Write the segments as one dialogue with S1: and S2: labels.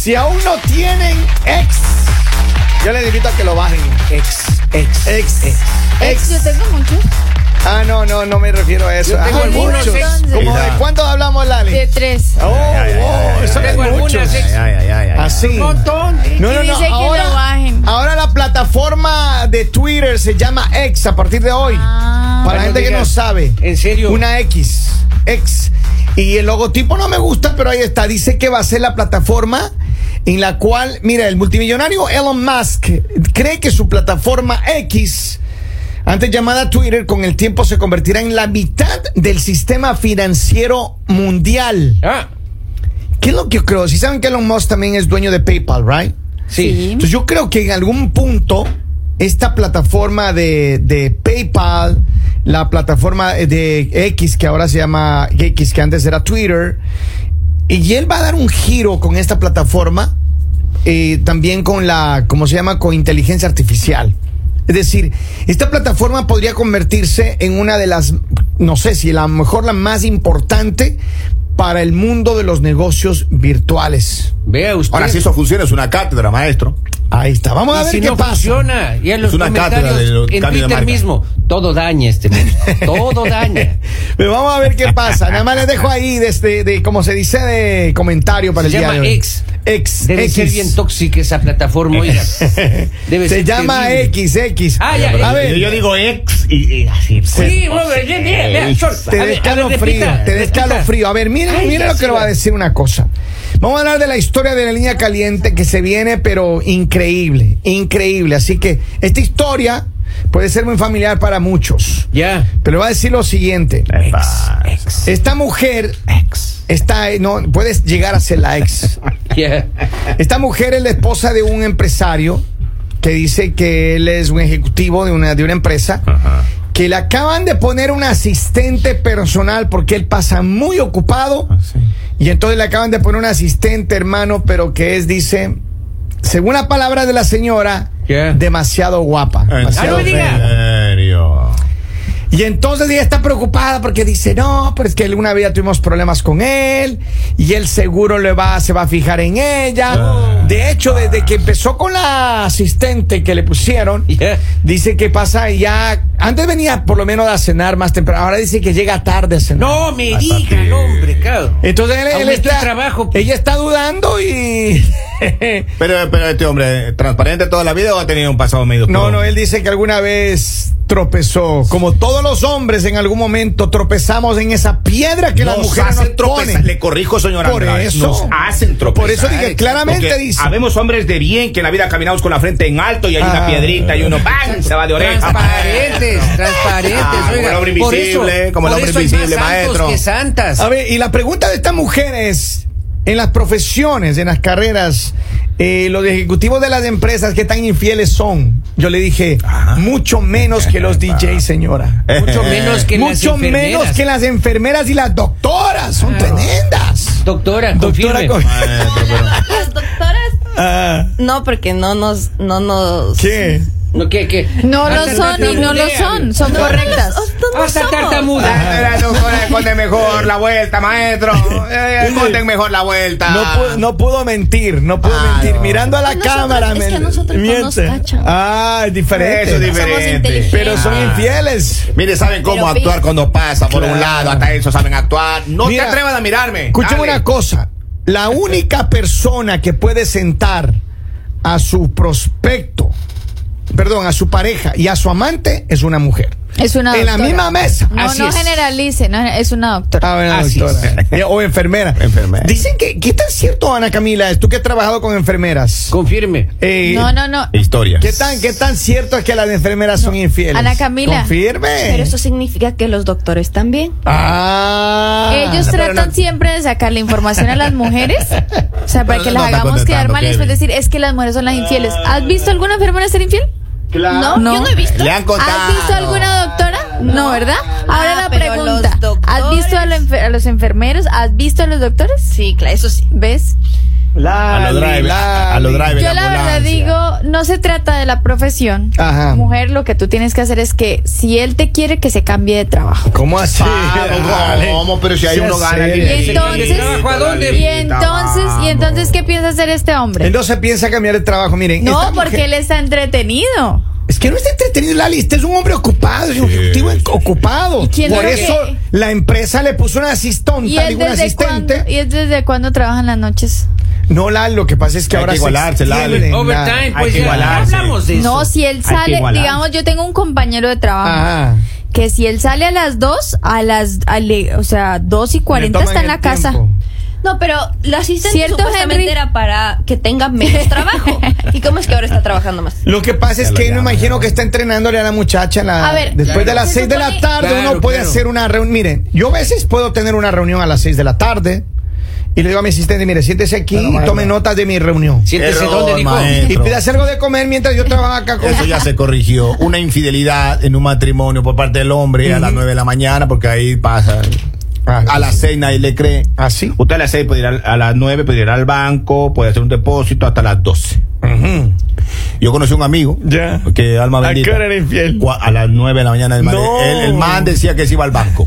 S1: Si aún no tienen ex, yo les invito a que lo bajen.
S2: Ex, ex,
S1: Ex.
S2: ex.
S1: Ex.
S3: Yo tengo muchos.
S1: Ah, no, no, no me refiero a eso.
S2: Yo tengo
S1: Ah,
S2: algunos
S1: muchos.
S3: ex.
S1: ¿Cómo de
S2: Mira.
S1: cuántos hablamos, Lali?
S3: De tres.
S1: Oh,
S2: ay, ay,
S1: oh,
S2: ay,
S1: eso
S2: ay,
S1: es
S2: tengo algunas
S1: muchos.
S2: ex.
S4: Ay, ay, ay, ay.
S1: Así.
S2: montón.
S1: No, no,
S3: Y
S1: no.
S3: dice que lo
S1: Ahora,
S3: bajen.
S1: ahora la plataforma de Twitter se llama X a partir de hoy.
S3: Ah.
S1: Para la gente que no sabe.
S2: En serio.
S1: Una X. X. Y el logotipo no me gusta, pero ahí está. Dice que va a ser la plataforma en la cual, mira, el multimillonario Elon Musk cree que su plataforma X, antes llamada Twitter, con el tiempo se convertirá en la mitad del sistema financiero mundial.
S2: Ah,
S1: ¿Qué es lo que yo creo? Si saben que Elon Musk también es dueño de PayPal, ¿right?
S2: sí.
S3: Sí.
S1: Entonces yo creo que en algún punto esta plataforma de, de PayPal, la plataforma de X que ahora se llama X, que antes era Twitter, y él va a dar un giro con esta plataforma, eh, también con la, ¿cómo se llama? Con inteligencia artificial. Es decir, esta plataforma podría convertirse en una de las, no sé si a lo mejor la más importante para el mundo de los negocios virtuales.
S2: Vea usted.
S4: Ahora, si eso funciona, es una cátedra, maestro.
S1: Ahí está, vamos a
S2: Y
S1: ver
S2: si
S1: qué
S2: no
S1: pasa.
S2: funciona, y en los
S4: Es una cátedra
S2: comentarios,
S4: de los
S2: en
S4: cambios de
S2: Twitter
S4: marca.
S2: mismo, todo daña este mundo, todo daña.
S1: Pero vamos a ver qué pasa. Nada más les dejo ahí, desde, de, como se dice, de comentario para
S2: Se
S1: el día
S2: llama
S1: de hoy.
S2: X.
S1: X.
S2: Debe
S1: X.
S2: ser bien tóxica esa plataforma, oiga. Debe
S1: se
S2: ser
S1: llama
S2: terrible.
S1: X, X.
S2: Ah, ya,
S1: a
S2: ya.
S1: ver,
S4: digo ex y, y así.
S1: pues,
S2: Sí, bueno, bien, bien, bien, Sol,
S1: te
S2: a ver,
S1: des
S2: a ver,
S1: frío.
S2: repita,
S1: Te des
S2: repita.
S1: frío. A ver, miren,
S2: Ay,
S1: miren
S2: ya
S1: lo que
S2: sí,
S1: le va a
S2: va.
S1: decir una cosa. Vamos a hablar de la historia de la línea caliente que se viene, pero increíble, increíble. Así que esta historia puede ser muy familiar para muchos.
S2: Ya.
S1: Pero le voy a decir lo siguiente.
S2: Ex.
S1: Esta mujer
S2: Ex.
S1: está, no, puedes llegar a ser la ex.
S2: Ya.
S1: Esta mujer es la esposa de un empresario que dice que él es un ejecutivo de una, de una empresa,
S5: Ah.
S1: que le acaban de poner un asistente personal porque él pasa muy ocupado
S5: Ah,
S1: y entonces le acaban de poner un asistente hermano, pero que es, dice, según la palabra de la señora,
S2: ¿Qué?
S1: demasiado guapa.
S5: Ah,
S1: demasiado
S2: no me
S1: fea.
S2: diga.
S4: serio.
S1: Y entonces ella está preocupada porque dice, no, pero es que alguna vez ya tuvimos problemas con él y él seguro le va, se va a fijar en ella.
S2: Ah.
S1: De hecho, desde que empezó con la asistente que le pusieron,
S2: Ya.
S1: dice que pasa ya, antes venía por lo menos a cenar más temprano, ahora dice que llega tarde a cenar.
S2: No me
S4: Hasta
S2: diga,
S4: que-
S2: no, hombre, claro.
S1: Entonces él, él
S2: Aumenta el
S1: está,
S2: trabajo. pues.
S1: ella está dudando y...
S4: Pero, pero este hombre, ¿transparente toda la vida o ha tenido un pasado medio?
S1: No,
S4: oscuro?
S1: no, él dice que alguna vez tropezó. Como todos los hombres en algún momento tropezamos en esa piedra que las
S4: Nos
S1: mujeres
S4: hacen
S1: nos
S4: tropezar.
S1: ponen.
S4: Le corrijo, señor
S1: Por
S4: Andrade.
S1: eso.
S4: Nos hacen tropezar.
S1: Por eso dije, claramente
S4: Porque
S1: dice.
S4: Habemos hombres de bien que en la vida caminamos con la frente en alto y hay
S1: Ah.
S4: una piedrita y uno ¡bang! se va de oreja.
S2: Transparentes, transparentes.
S4: Ah, como
S2: oiga.
S4: el hombre
S2: Por
S4: invisible,
S2: eso-
S4: como el
S2: por
S4: hombre
S2: eso hay más
S4: invisible,
S2: santos
S4: maestro.
S2: que santas.
S1: A ver, y la pregunta de estas mujeres en las profesiones, en las carreras, eh, los ejecutivos de las empresas que tan infieles son. Yo le dije,
S4: Ah.
S1: mucho menos que los DJs, señora.
S2: Mucho menos que las
S1: mucho menos
S2: enfermeras.
S1: que las enfermeras y las doctoras. Son
S3: Claro.
S1: tremendas.
S2: Doctora,
S1: Doctora,
S2: confirme.
S1: co-
S4: Maestro, pero-
S3: Las doctoras.
S1: Ah,
S6: No, porque no nos, no nos.
S1: ¿Qué?
S2: No, ¿qué, qué?
S3: No lo
S2: Hasta
S3: son y no lo
S2: tartamudean.
S3: son. Son correctas.
S2: Hasta tartamuda.
S4: Ah, era, no, joder, esconden mejor la vuelta, maestro. Eh, Esconden mejor la vuelta.
S1: No pudo, no pudo mentir, Ah. no pudo
S4: Ah,
S1: mentir.
S4: no.
S1: Mirando a la
S6: Es que nosotros-
S1: cámara,
S6: es que
S1: men-
S6: nosotros no nos
S1: miente.
S6: cachan.
S1: Ah, es diferente.
S4: Eso es diferente.
S6: inteligentes.
S1: Pero son
S4: Ah.
S1: infieles.
S4: Mire, saben cómo
S6: Pero pi-
S4: actuar cuando pasa por un
S1: Claro.
S4: lado, hasta eso saben actuar. No
S1: Mira,
S4: te atrevas a mirarme.
S1: Escuchen
S4: Dale.
S1: una cosa. La única persona que puede sentar a su prospecto, perdón, a su pareja y a su amante es una mujer.
S3: Es una
S1: En la
S3: doctora.
S1: misma mesa.
S3: No,
S2: Así
S3: no
S2: es.
S3: generalice. no, es una doctora.
S1: Ah, bueno,
S2: Así
S1: doctora. O enfermera.
S4: Enfermera.
S1: Dicen que, ¿qué tan cierto, Ana Camila, es tú que has trabajado con enfermeras?
S2: Confirme.
S1: Eh,
S3: No, no, no.
S4: Historia.
S1: ¿Qué tan, ¿Qué tan cierto es que las enfermeras son infieles?
S3: Ana Camila.
S1: Confirme.
S6: Pero eso significa que los doctores también.
S1: Ah.
S3: Ellos tratan siempre de sacar la información a las mujeres. O sea, para
S4: Pero
S3: que
S4: no está
S3: las hagamos quedar
S4: contestando,
S3: mal y después
S4: Kevin.
S3: decir, es que las mujeres son las infieles. ¿Has visto alguna enfermera ser infiel?
S5: Ah,
S1: Claro.
S3: No, yo no he visto.
S4: Le han contado.
S3: ¿Has visto alguna doctora? No, ¿verdad? Ahora
S6: Ah,
S3: la
S6: pero
S3: pregunta.
S6: los
S3: ¿Has visto a, lo enfer- a los enfermeros? ¿Has visto a los doctores?
S6: Sí, claro, eso sí.
S3: ¿Ves?
S1: Lali,
S5: a lo drive, a, a lo
S1: Lali.
S5: drive,
S3: Yo la verdad
S5: ambulancia.
S3: digo, no se trata de la profesión.
S1: Ajá.
S3: Mujer, lo que tú tienes que hacer es que si él te quiere, que se cambie de trabajo.
S1: ¿Cómo así? Ah,
S5: dale.
S4: ¿Cómo? Pero si hay
S5: Sí,
S4: uno gana
S5: sí.
S4: el
S3: Y entonces,
S2: trabajo a dónde?
S3: y entonces, y entonces, ¿qué piensa hacer este hombre?
S1: Él no se piensa cambiar de trabajo, miren. esta
S3: No,
S1: mujer-
S3: porque él está entretenido.
S1: Es que no está entretenido, Lali. Este es un hombre ocupado, es un ejecutivo en- ocupado.
S3: ¿Y quién
S1: Por
S3: lo
S1: eso
S3: que-
S1: la empresa le puso una asistente,
S3: ¿Y él
S1: un
S3: desde cuándo,
S1: asistente.
S3: ¿y él desde cuándo trabaja en las noches?
S1: No, Lali, lo que pasa es que
S5: Hay
S1: ahora
S5: que igualarse,
S1: se
S5: Lali.
S1: extienden,
S2: Overtime,
S1: Lali.
S2: pues
S5: que
S2: ya- ya
S5: igualarse.
S2: hablamos de eso.
S3: No, si él
S5: que
S3: sale,
S5: igualar.
S3: digamos, yo tengo un compañero de trabajo.
S1: Ajá.
S3: Que si él sale a las 2, a las, a le- o sea, 2 y 40
S1: toman
S3: está en
S1: el
S3: la casa.
S1: tiempo.
S6: No, pero la asistente
S3: Cierto,
S6: supuestamente
S3: Henry.
S6: era para que tenga menos trabajo. ¿Y cómo es que ahora está trabajando más?
S1: Lo que pasa es que
S5: Ya la
S1: me
S5: llamo.
S1: imagino que está entrenándole a la muchacha. la-
S3: A ver,
S1: después
S3: claro.
S1: de las
S3: se
S1: 6 de la
S3: supone-
S1: tarde
S2: Claro,
S1: uno puede
S2: claro.
S1: hacer una reunión. Miren, yo a veces puedo tener una reunión a las 6 de la tarde y le digo a mi asistente, mire, siéntese aquí y tome notas de mi reunión.
S2: Siéntese
S5: Error,
S2: dónde dijo.
S5: maestro.
S1: Y pidas algo de comer mientras yo trabajo acá con...
S5: Eso ya se corrigió. Una infidelidad en un matrimonio por parte del hombre a las 9 de la mañana, porque ahí pasa.
S1: Ah,
S5: A las 6 nadie le cree.
S1: Así.
S5: Usted a las 6 puede ir al- a las 9, puede ir al banco, puede hacer un depósito hasta las 12. Yo conocí un amigo
S1: Ya.
S5: que alma
S1: ¿A qué
S5: bendita.
S1: hora era infiel?
S5: Cua- A las 9 de la mañana del man.
S1: No.
S5: El, el man decía que se iba al banco.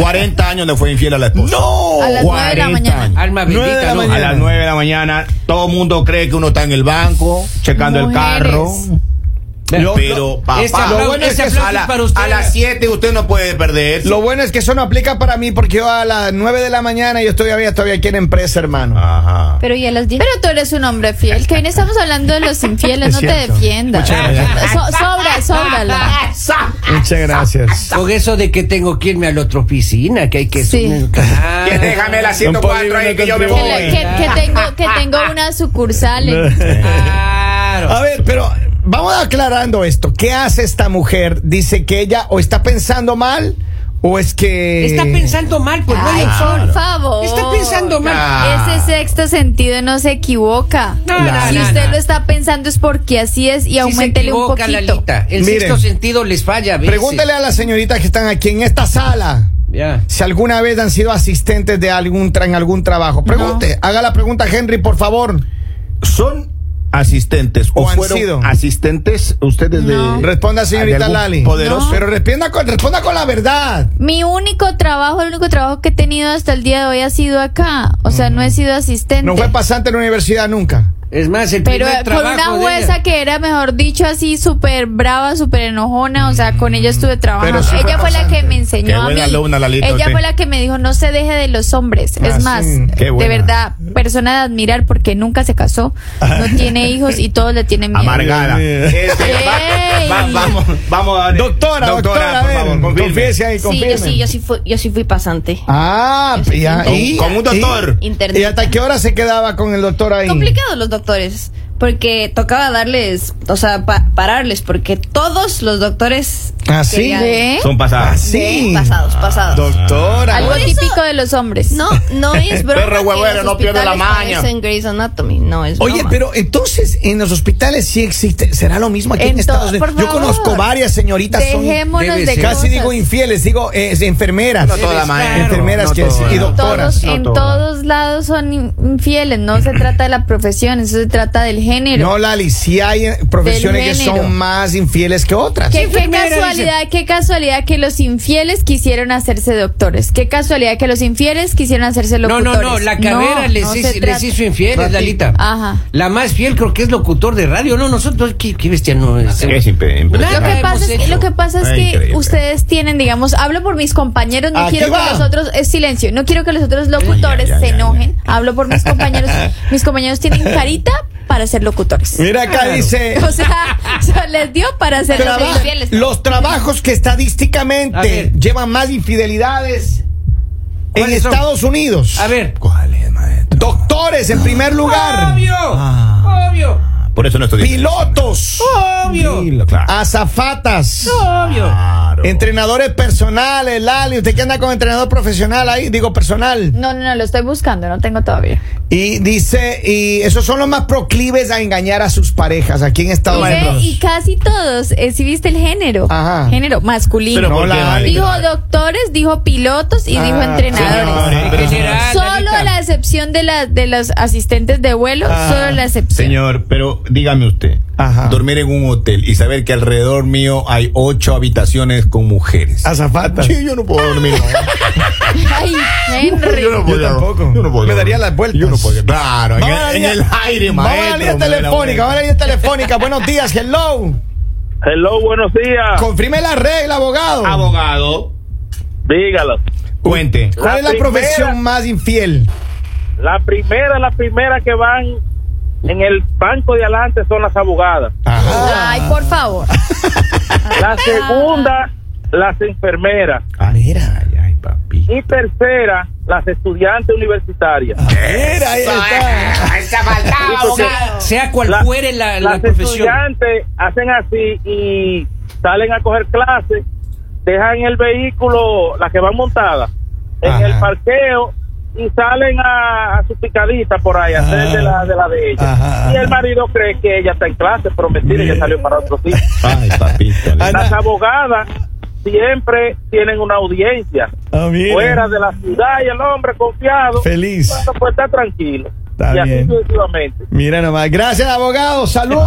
S5: 40 años le fue infiel a la esposa.
S1: No.
S3: A las nueve de la
S5: 40
S3: mañana.
S5: años.
S2: Alma
S1: Nueve de la
S2: bendita, no.
S5: A las 9 de la mañana todo el mundo cree que uno está en el banco, checando
S3: Mujeres.
S5: el carro.
S2: Lo-
S5: Pero papá,
S2: Este aplauso-
S5: lo bueno
S2: este
S5: es que
S2: aplauso
S5: a,
S2: es
S5: la-
S2: para usted.
S5: a las 7 usted no puede perder.
S1: Lo bueno es que eso no aplica para mí porque yo a las 9 de la mañana yo estoy todavía, todavía aquí en empresa, hermano.
S5: Ah. Ajá.
S6: Pero ya a las 10.
S3: Pero tú eres un hombre fiel. Que hoy no estamos hablando de los infieles,
S1: Es
S3: no te
S1: cierto.
S3: defiendas.
S1: Muchas gracias.
S3: So- sobra, sóbralo.
S1: Muchas gracias.
S2: Con eso de que tengo que irme a la otra oficina, que hay que
S3: Sí.
S2: Ah,
S4: ¿Quién déjame la 104 ahí que yo me
S1: No
S3: Que,
S1: podía
S4: voy?
S1: ir,
S3: le- que- que tengo, que tengo una sucursal. en-
S2: Claro.
S1: A ver, pero vamos aclarando esto. ¿Qué hace esta mujer? Dice que ella o está pensando mal o es que...
S2: Está pensando mal, pues no hay
S3: Ay,
S2: opción.
S3: por favor.
S2: Está pensando mal.
S3: Ese sexto sentido no se equivoca.
S2: No, no,
S3: si
S2: no,
S3: usted
S2: no.
S3: lo está pensando es porque así es y
S2: Sí se
S3: aumentele un
S2: equivoca,
S3: poquito.
S2: Lalita. El
S1: Miren.
S2: sexto sentido les falla a veces.
S1: Pregúntale a las señoritas que están aquí en esta sala
S2: Ya.
S1: si alguna vez han sido asistentes de algún tra- en algún trabajo. Pregunte, haga la pregunta Henry, por favor.
S5: ¿Son asistentes o,
S1: ¿O han
S5: fueron
S1: sido?
S5: asistentes ustedes
S3: No.
S5: de
S1: Responda
S5: de
S1: señorita
S5: algún
S1: Lali.
S5: poderoso?
S1: Pero responda con, responda con la verdad.
S3: Mi único trabajo, el único trabajo que he tenido hasta el día de hoy ha sido acá. O sea, no he sido asistente.
S1: No fue pasante en la universidad nunca.
S2: Es más, el
S3: pero
S2: primer
S3: eh, con
S2: trabajo
S3: una
S2: de
S3: jueza
S2: ella.
S3: que era, mejor dicho, así súper brava, súper enojona, o sea, con ella estuve trabajando.
S1: Pero sí fue
S3: ella fue la
S1: pasante.
S3: que me enseñó
S5: Qué
S3: a mí.
S5: buena alumna, Lalita,
S3: ella
S5: usted.
S3: fue la que me dijo, no se deje de los hombres.
S1: Ah,
S3: es más,
S1: sí,
S5: qué
S3: de
S5: buena.
S3: verdad, persona de admirar porque nunca se casó, no tiene hijos y todos le tienen miedo.
S5: Amargada.
S4: Este,
S3: ¡Ey!
S4: va- vamos, vamos a
S1: Eh. Doctora, doctora, a ver,
S4: confirme.
S1: confiese ahí,
S6: sí,
S1: confirme.
S6: yo sí, yo sí fui, yo sí fui pasante.
S1: Ah,
S6: Yo sí
S1: ya,
S6: fui
S1: y-
S5: con un doctor.
S1: ¿Y,
S6: Internet.
S1: ¿Y hasta qué hora se quedaba con el doctor ahí?
S6: Complicados los doctores, porque tocaba darles, o sea, pa- pararles, porque todos los doctores
S1: ¿Ah, sí?
S6: querían-
S3: ¿Ve?
S5: Son pasadas.
S1: Sí.
S6: pasados, pasados.
S1: Doctora.
S3: Algo
S6: Por eso-
S3: típico de los hombres.
S6: No, no es broma.
S5: Perro
S6: que
S5: huevero,
S6: los
S5: no pierde la
S6: hospitales para
S5: maña.
S6: eso en Grey's Anatomy, no es
S1: Oye,
S6: broma.
S1: pero entonces en los hospitales sí existe, será lo mismo aquí en,
S3: Ento-
S1: Estados Unidos.
S3: por
S1: Yo
S3: favor.
S1: conozco varias señoritas, son
S3: Dejémonos
S2: Debe
S3: de
S2: ser.
S1: casi
S3: cosas.
S1: digo infieles, digo eh, enfermeras,
S5: No toda la maestra.
S1: enfermeras
S5: No
S1: que sí,
S5: toda.
S1: y doctoras.
S3: Todos, en todos lados son in- infieles, no se trata de la profesión, eso se trata del género.
S1: No, Lali, sí hay eh, profesiones que
S3: género.
S1: son más infieles que otras.
S3: ¿Qué, qué
S2: enfermera,
S3: casualidad, qué casualidad que los infieles quisieron hacerse doctores. Qué casualidad que los infieles quisieron hacerse
S2: No,
S3: locutores.
S2: no, no, la carrera
S3: No,
S2: les,
S3: no
S2: hizo,
S3: se
S2: les
S3: trata.
S2: hizo infieles, Lalita.
S3: Ajá.
S2: La más fiel creo que es locutor de radio. No, nosotros, ¿qué, qué bestia no es?
S5: Es impe- impresionante.
S3: Lo
S2: Nada
S3: que, pasa
S2: hemos
S3: es,
S2: hecho.
S3: lo que pasa es
S5: Ah,
S3: que
S5: increíble.
S3: ustedes tienen, digamos, hablo por mis compañeros, no
S1: Aquí
S3: quiero
S1: va.
S3: que los otros, es silencio, no quiero que los otros locutores
S5: ya, ya,
S3: se
S5: ya.
S3: enojen, hablo por mis compañeros, mis compañeros tienen carita para ser locutores.
S1: Mira acá dice,
S3: O sea, se les dio para ser
S1: traba-
S3: los infieles.
S1: los trabajos que
S2: A
S1: estadísticamente
S2: ver.
S1: llevan más infidelidades en
S2: ¿Cuáles son?
S1: Estados Unidos.
S2: A ver.
S5: ¿Cuál es, maestro?
S1: Doctores en primer lugar.
S2: Obvio,
S5: Ah.
S2: obvio,
S5: Por eso no estoy
S1: Pilotos.
S2: obvio,
S5: Claro.
S1: Azafatas.
S2: obvio.
S1: Ah.
S5: Claro. Claro.
S1: Entrenadores personales, Lali. Usted que anda con entrenador profesional ahí, digo personal.
S3: No, no, no, lo estoy buscando, no tengo todavía.
S1: Y dice, y esos son los más proclives a engañar a sus parejas aquí en Estados
S3: Y, ve-
S1: Unidos.
S3: y casi todos, eh, si viste el género,
S1: Ajá.
S3: género masculino.
S1: Pero- No, la-
S5: vale?
S3: dijo doctores, dijo pilotos y
S1: Ah,
S3: dijo entrenadores.
S1: señor,
S2: ¿Qué será,
S3: Solo
S2: Lalita?
S3: la excepción de, la, de los asistentes de vuelo,
S1: Ah,
S3: solo la excepción.
S5: Señor, pero dígame usted,
S1: Ajá.
S5: dormir en un hotel y saber que alrededor mío hay ocho habitaciones con mujeres.
S1: Ah, Azafata.
S5: Sí, yo no puedo dormir.
S3: Ay, Henry.
S1: podría- yo no podría
S5: Me daría
S1: dormir.
S5: las vueltas.
S1: Yo no podría-
S5: Claro, en,
S1: Vamos a la
S5: el, en
S1: línea-
S5: el aire,
S1: Vamos
S5: maestro.
S1: a la línea
S5: me da la
S1: telefónica,
S5: vuelta.
S1: vamos a la línea telefónica. Buenos días, hello.
S7: Hello, buenos días.
S1: Confirme la regla, abogado.
S5: Abogado,
S7: Dígalo.
S5: cuente.
S1: ¿Cuál es la
S7: La primera.
S1: profesión más infiel?
S7: La primera, la primera que van en el banco de adelante son las abogadas.
S3: Ay, por favor.
S7: La segunda, las enfermeras.
S1: Ah,
S5: Ay, mira, ay, ay, papi.
S7: Y tercera, las estudiantes universitarias.
S1: Mira, ahí está.
S4: Esa faltaba,
S7: porque
S4: abogado.
S1: Ah.
S2: Sea cual
S7: La-
S2: fuere la, la
S7: las
S2: profesión.
S7: estudiantes hacen así y salen a coger clases, dejan el vehículo, las que van montadas, en
S1: Ajá.
S7: el parqueo y salen a, a su picadita por ahí, a hacer de la de, la de ella.
S1: Ajá,
S7: y el
S1: ajá.
S7: marido cree que ella está en clase, pero mentira, ella salió para otro sitio.
S5: Ay, papito.
S1: Ana.
S7: Las abogadas siempre tienen una audiencia
S1: Ah, mira.
S7: fuera de la ciudad y el hombre confiado
S1: Feliz.
S7: bueno, pues está tranquilo.
S1: Está
S7: y así
S1: bien.
S7: sucesivamente.
S1: Mira nomás, gracias abogado, salud.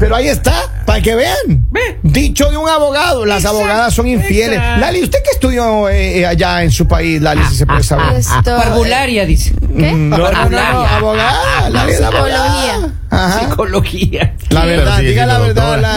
S1: Pero ahí está, para que vean. Dicho de un abogado, las abogadas son infieles.
S2: exacto.
S1: Lali, ¿usted qué estudió eh, eh, allá en su país, Lali, si se puede saber?
S3: Esto-
S2: Parvularia, dice.
S3: ¿Qué?
S1: No, no, no, no,
S2: Parvularia.
S1: abogada, Lali es abogada.
S3: Psicología.
S1: Ajá.
S2: Psicología.
S1: La verdad,
S5: Pero sigue
S1: diga la
S5: siendo
S1: verdad,
S5: doctora.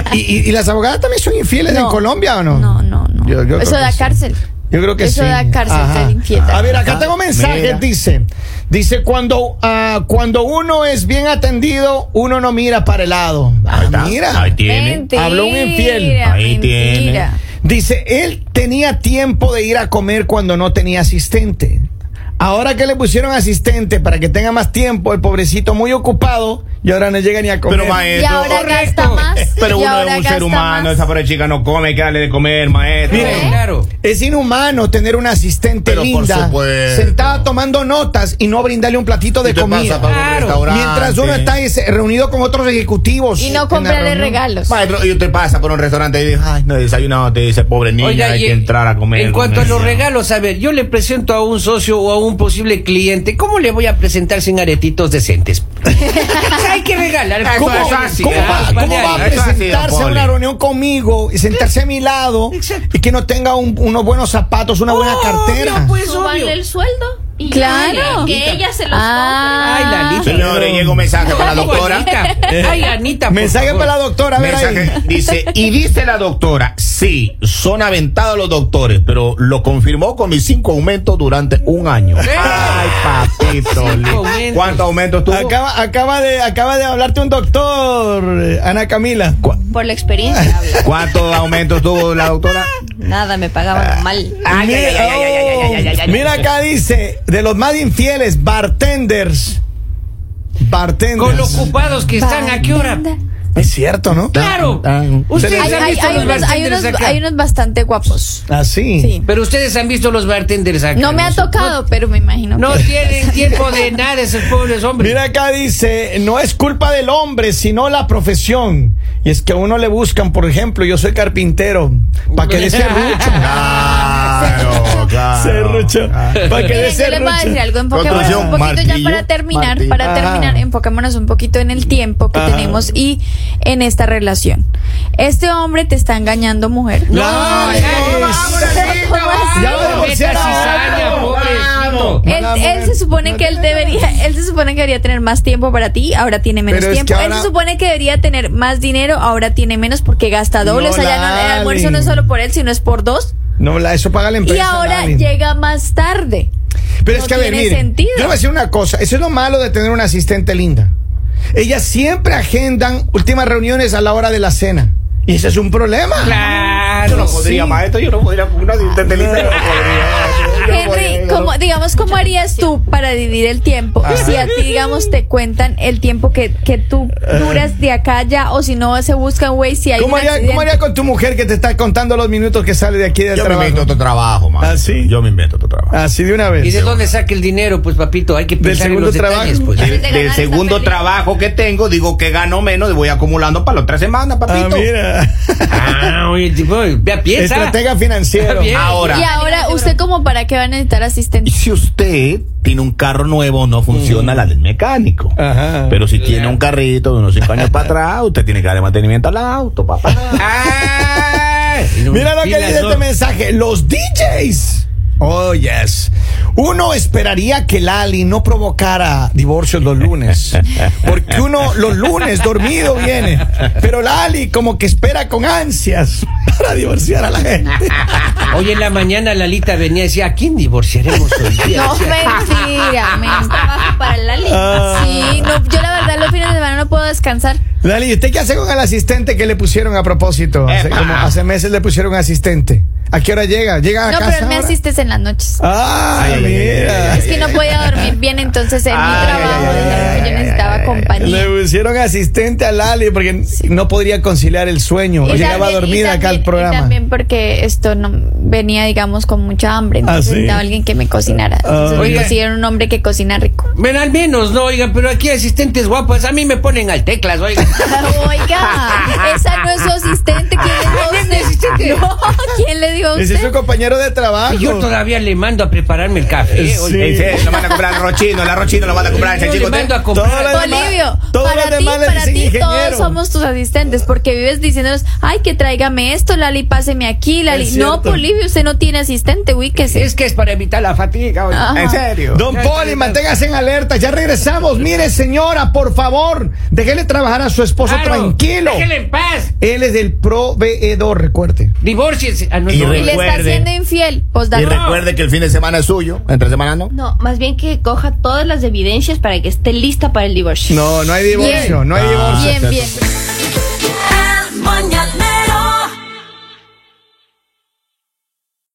S1: Lali. ¿Y, y- y las abogadas también son infieles en
S3: No.
S1: Colombia o no?
S3: No, no, no.
S1: Yo- yo
S3: Eso
S1: creo
S3: da
S1: que sí.
S3: cárcel.
S1: Yo creo que
S3: Eso
S1: sí.
S3: da cárcel,
S1: Ajá.
S3: ser infiel.
S1: A ver, acá tengo mensajes,
S2: Mira.
S1: dice. Dice, cuando, ah, cuando uno es bien atendido, uno no mira para el lado. Ah,
S5: Ahí está.
S1: mira.
S5: Ahí tiene.
S3: Mentira,
S1: Habló un infiel.
S5: Ahí
S3: mentira.
S1: Dice, él tenía tiempo de ir a comer cuando no tenía asistente. Ahora que le pusieron asistente para que tenga más tiempo, el pobrecito muy ocupado y ahora no llega ni a comer.
S5: Pero
S3: Y
S5: maestro.
S3: ahora
S5: correcto.
S3: gasta más.
S5: Pero
S3: y
S5: uno
S3: ahora
S5: es un ser
S3: gasta
S5: humano,
S3: más.
S5: esa pobre chica no come, hay que darle de comer, maestro.
S2: Mire, claro.
S1: es inhumano tener una asistente
S5: Pero por
S1: linda
S5: supuesto.
S1: sentada tomando notas y no brindarle un platito de
S5: ¿Qué te
S1: comida.
S5: pasa, Pablo,
S2: Claro.
S5: restaurante?
S1: Mientras uno está ahí se- reunido con otros ejecutivos.
S3: Y no
S1: en la
S3: comprarle
S1: reunión.
S3: regalos.
S5: Maestro, y usted pasa por un restaurante y dice, ay, no he desayunado, te dice, pobre niña, hay
S2: y
S5: que
S2: en-
S5: entrar a comer.
S2: En cuanto a
S5: con
S2: los
S5: ella".
S2: regalos, a ver, yo le presento a un socio o a un posible cliente. ¿Cómo le voy a presentar sin aretitos decentes? O sea, Hay que regalar.
S1: ¿Cómo,
S2: Eso es así,
S1: cómo
S2: ah,
S1: va,
S2: vale,
S1: cómo va a
S2: ahí, eso es así.
S1: presentarse a
S5: Poli.
S1: una reunión conmigo y sentarse a mi lado
S2: Exacto.
S1: y que no tenga un- unos bunos zapatos, una buena
S2: Obvio,
S1: cartera?
S2: pues, obvio.
S8: Súbanle el sueldo. Y ya,
S3: Claro.
S8: que ella se los
S3: Ah.
S2: Ay, Lalita.
S5: Señores, llega un mensaje para la
S2: Ay,
S5: doctora.
S2: Anita. Ay, Anita. por
S1: Mensaje
S2: favor.
S1: para la doctora, a ver ahí.
S5: Mensaje, dice, y dice la doctora, sí, son aventados los doctores, pero lo confirmó con mis cinco aumentos durante un año. Ay, papito. li-
S2: aumentos.
S5: ¿Cuántos aumentos tuvo?
S1: Acaba, acaba, de, acaba de hablarte un doctor, eh, Ana Camila.
S6: Por la experiencia hablo.
S5: ¿Cuántos aumentos tuvo la doctora?
S6: Nada, me
S5: Ah,
S6: pagaban mal.
S1: mira, oh, mira acá dice, de los más infieles, bartenders. Bartenders.
S2: Con lo ocupados que están, ¿a qué hora?
S1: Es cierto, ¿no?
S2: Claro. Ustedes
S3: Hay,
S2: han
S3: hay-
S2: visto
S3: hay
S2: los
S3: unos, hay
S2: bartenders
S3: unos-
S2: acá.
S3: hay unos bastante guapos.
S1: Así.
S3: Sí.
S2: Pero ustedes han visto los bartenders acá.
S3: No me ha
S2: sé.
S3: tocado, pero me imagino.
S2: No
S3: que-
S2: tienen tiempo de nada esos pobres hombres.
S1: Mira acá dice, no es culpa del hombre, sino la profesión. Y es que a uno le buscan, por ejemplo, yo soy carpintero, para que dé serrucho.
S5: Claro, claro.
S1: Serrucho. Para que dé
S3: Miren, Ah, yo les voy a decir
S1: serrucho.
S3: algo. Enfoquémonos
S5: Construcción,
S3: un poquito
S5: martillo,
S3: ya para terminar.
S5: martillo.
S1: Ah.
S3: Para terminar, enfoquémonos un poquito en el tiempo que
S1: Ah.
S3: tenemos y en esta relación. Este hombre te está engañando, mujer.
S1: Lali, Ya va a
S2: Meta
S1: divorciar a
S2: cizaña,
S1: otro.
S2: pobrecito.
S3: Él,
S1: Mala
S3: él
S1: mujer.
S3: se supone que él debería, él se supone que debería tener más tiempo para ti, ahora tiene menos
S1: Pero es que
S3: tiempo. Él
S1: ahora-
S3: se supone que debería tener más dinero, ahora tiene menos porque gasta doble.
S1: No,
S3: o sea, ya no- el
S1: Lali.
S3: almuerzo no es solo por él, sino es por dos.
S1: No, la- eso paga la empresa.
S3: Y ahora
S1: Lali.
S3: llega más tarde.
S1: Pero
S3: No
S1: es que a ver,
S3: tiene
S1: mire,
S3: sentido.
S1: yo le voy a decir una cosa, eso es lo malo de tener una asistente linda. Ellas siempre agendan últimas reuniones a la hora de la cena. Y ese es un problema.
S2: Claro.
S1: Ah,
S5: Yo no podría, maestro, yo no podría. Una asistente linda yo no podría.
S3: Henry, ¿cómo- digamos, ¿cómo harías tú para dividir el tiempo?
S1: Ah.
S3: Si a ti, digamos, te cuentan el tiempo que, que tú duras de acá a allá o si no se busca, güey, si hay
S1: ¿Cómo
S3: un
S1: haría, cómo
S3: accidente.
S1: haría con tu mujer que te está contando los minutos que sale de aquí del
S5: Yo me invento
S1: trabajo?
S5: otro trabajo, man.
S1: ¿Ah, sí? Ah.
S5: Yo me invento otro trabajo.
S1: Así de una
S2: ¿Y
S1: vez.
S2: de dónde saca el dinero? Pues papito, hay que
S1: Del
S2: pensar en
S1: segundo
S2: los detalles,
S1: trabajo.
S2: pues.
S5: Del-
S6: de ganar
S5: del
S6: esa
S5: segundo
S6: pelea.
S5: trabajo que tengo, digo que gano menos y voy acumulando para la otra semana,
S1: Ah,
S5: papito.
S1: mira.
S2: Ah, oye, tipo,
S1: Este,
S2: vea, piensa.
S1: Estratega financiero. Ah,
S2: Está bien.
S5: Ahora,
S3: Y ahora, ¿usted como para qué va a necesitar asistente?
S5: si usted tiene un carro nuevo, no funciona la del mecánico.
S1: Ajá.
S5: Pero si tiene un carrito de unos cinco años para atrás, usted tiene que darle mantenimiento al auto, papá.
S1: Mira lo que
S2: Pilas,
S1: dice
S2: ¿no?
S1: este mensaje. Los DJs. Oh, yes. Uno esperaría que Lali no provocara divorcios los lunes. Porque uno los lunes dormido viene. Pero Lali como que espera con ansias para divorciar a la gente.
S2: Hoy en la mañana Lalita venía y decía, ¿a quién divorciaremos hoy día?
S3: No,
S2: Decía,
S3: mentira,
S6: Me
S3: men.
S6: trabajo para la
S1: Ah.
S3: Sí, no, yo la verdad los fines de semana no puedo descansar.
S1: Lali, ¿usted qué hace con el asistente que le pusieron a propósito? Hace,
S5: Epa.
S1: como hace meses le pusieron asistente. ¿A qué hora llega? ¿Llega a
S3: No,
S1: casa
S3: pero me
S1: ahora?
S3: asistes en las noches.
S1: Ah,
S5: Ay, ay, ay,
S1: mira.
S5: ay,
S3: Es que no podía dormir bien, entonces en mi
S5: Ay,
S3: trabajo
S5: ay, ay,
S3: dijeron
S5: ay,
S3: que yo
S5: ay, ay,
S3: necesitaba
S5: ay,
S3: compañía.
S1: Le pusieron asistente a Lali porque no podría conciliar el sueño.
S3: Y
S1: Llegaba
S3: también- y
S1: dormida acá al
S3: también-
S1: programa.
S3: Y también porque esto no venía, digamos, con mucha hambre.
S5: Ah,
S3: Entonces
S1: ¿sí?
S3: necesitaba alguien que me cocinara. Entonces me
S2: Oiga.
S3: consiguieron un hombre que cocina rico.
S2: Ven al menos, no, oigan, pero aquí hay asistentes guapas, a mí me ponen al teclas, oigan.
S3: Oiga, esa no es su asistente. ¿Quién es su asistente? No, ¿quién le dijo a
S1: Ese es su
S3: usted?
S1: compañero de trabajo.
S2: Y Yo todavía le mando a prepararme el café.
S1: Sí.
S2: oiga.
S5: En serio, lo van a comprar el rochino, el arrochino lo van a comprar ese
S2: Yo
S5: chico.
S2: le mando a
S1: Todo lo
S2: comprar.
S1: demás-
S3: Bolivio,
S1: todos los
S3: para ti,
S1: demás le
S3: para
S1: dicen
S3: ti
S1: ingeniero.
S3: todos somos tus asistentes, porque vives diciéndonos, ay, que tráigame esto, Lali, páseme aquí, Lali.
S1: Es
S3: No,
S1: cierto.
S3: Bolivio, usted no tiene asistente, ubíquese.
S2: Es que es para evitar la fatiga, oiga.
S3: Ajá.
S5: En serio.
S1: Don Poli, manténgase en alerta. Ya regresamos. Mire, señora, por favor, déjele trabajar a su esposo
S2: Claro,
S1: tranquilo.
S2: Déjenle en paz.
S1: Él es el proveedor, recuerde.
S2: Divórciense. Ah, no,
S5: Y
S2: no.
S3: Y le está
S5: recuerde.
S3: haciendo infiel. pues, Postdata.
S5: Y recuerde que el fin de semana es suyo, entre semana no.
S6: No, más bien que coja todas las evidencias para que esté lista para el divorcio.
S1: No, no hay divorcio,
S3: Bien.
S1: no hay divorcio.
S3: Bien, bien.
S8: El mañanero